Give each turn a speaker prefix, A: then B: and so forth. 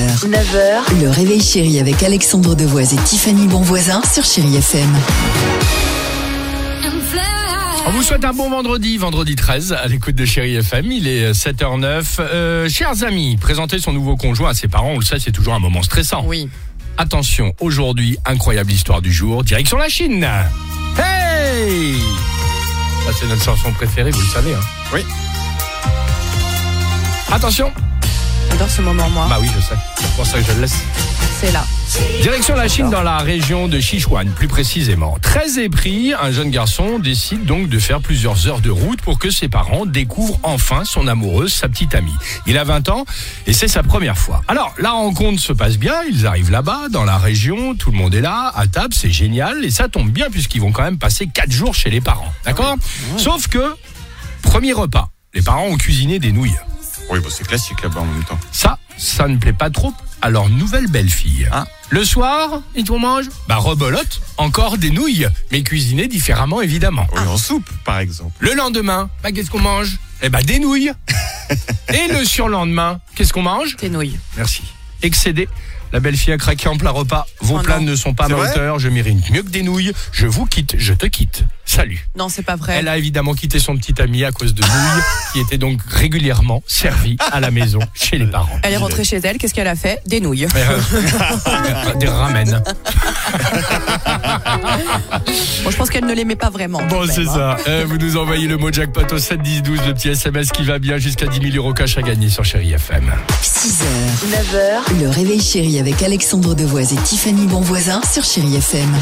A: 9h. 9h. Le réveil chéri avec Alexandre Devoise et Tiffany Bonvoisin sur Chéri FM.
B: On vous souhaite un bon vendredi, vendredi 13, à l'écoute de Chéri FM. Il est 7h09. Euh, chers amis, présenter son nouveau conjoint à ses parents, on le sait, c'est toujours un moment stressant.
C: Oui.
B: Attention, aujourd'hui, incroyable histoire du jour, direction la Chine. Hey Ça, c'est notre chanson préférée, vous le savez. Hein.
D: Oui.
B: Attention
C: J'adore ce moment, moi.
B: Bah oui, je sais. C'est pour ça que je le laisse.
C: C'est là.
B: Direction la Chine dans la région de Sichuan, plus précisément. Très épris, un jeune garçon décide donc de faire plusieurs heures de route pour que ses parents découvrent enfin son amoureuse, sa petite amie. Il a 20 ans et c'est sa première fois. Alors, la rencontre se passe bien, ils arrivent là-bas, dans la région, tout le monde est là, à table, c'est génial et ça tombe bien puisqu'ils vont quand même passer 4 jours chez les parents. D'accord Sauf que, premier repas, les parents ont cuisiné des nouilles.
D: Oui, bah, c'est classique là-bas en même temps.
B: Ça, ça ne plaît pas trop à leur nouvelle belle-fille.
D: Ah.
B: Le soir, ils vont manger Bah rebolote, encore des nouilles, mais cuisinées différemment évidemment.
D: Oui, en soupe, par exemple.
B: Le lendemain, bah qu'est-ce qu'on mange Eh bah des nouilles. Et le surlendemain, qu'est-ce qu'on mange
C: Tes nouilles.
B: Merci. Excédé. La belle-fille a craqué en plein repas. Vos
C: Oh
B: plats
C: non.
B: ne sont pas à
D: C'est
B: ma
D: vrai
B: hauteur, je mérite mieux que des nouilles. Je vous quitte, je te quitte. Salut.
C: Non, c'est pas vrai.
B: Elle a évidemment quitté son petit ami à cause de nouilles, qui étaient donc régulièrement servies à la maison chez les parents.
C: Elle est rentrée chez elle, qu'est-ce qu'elle a fait Des nouilles.
B: Des ramènes.
C: Bon, je pense qu'elle ne l'aimait pas vraiment. quand
B: Bon,
C: même,
B: c'est
C: hein.
B: ça. Eh, vous nous envoyez le mot jackpot au 7 10 12, le petit SMS qui va bien jusqu'à 10 000 euros cash à gagner sur Chéri FM.
A: 6h. 9h. Le réveil chéri avec Alexandre Devoise et Tiffany Bonvoisin sur Chéri FM.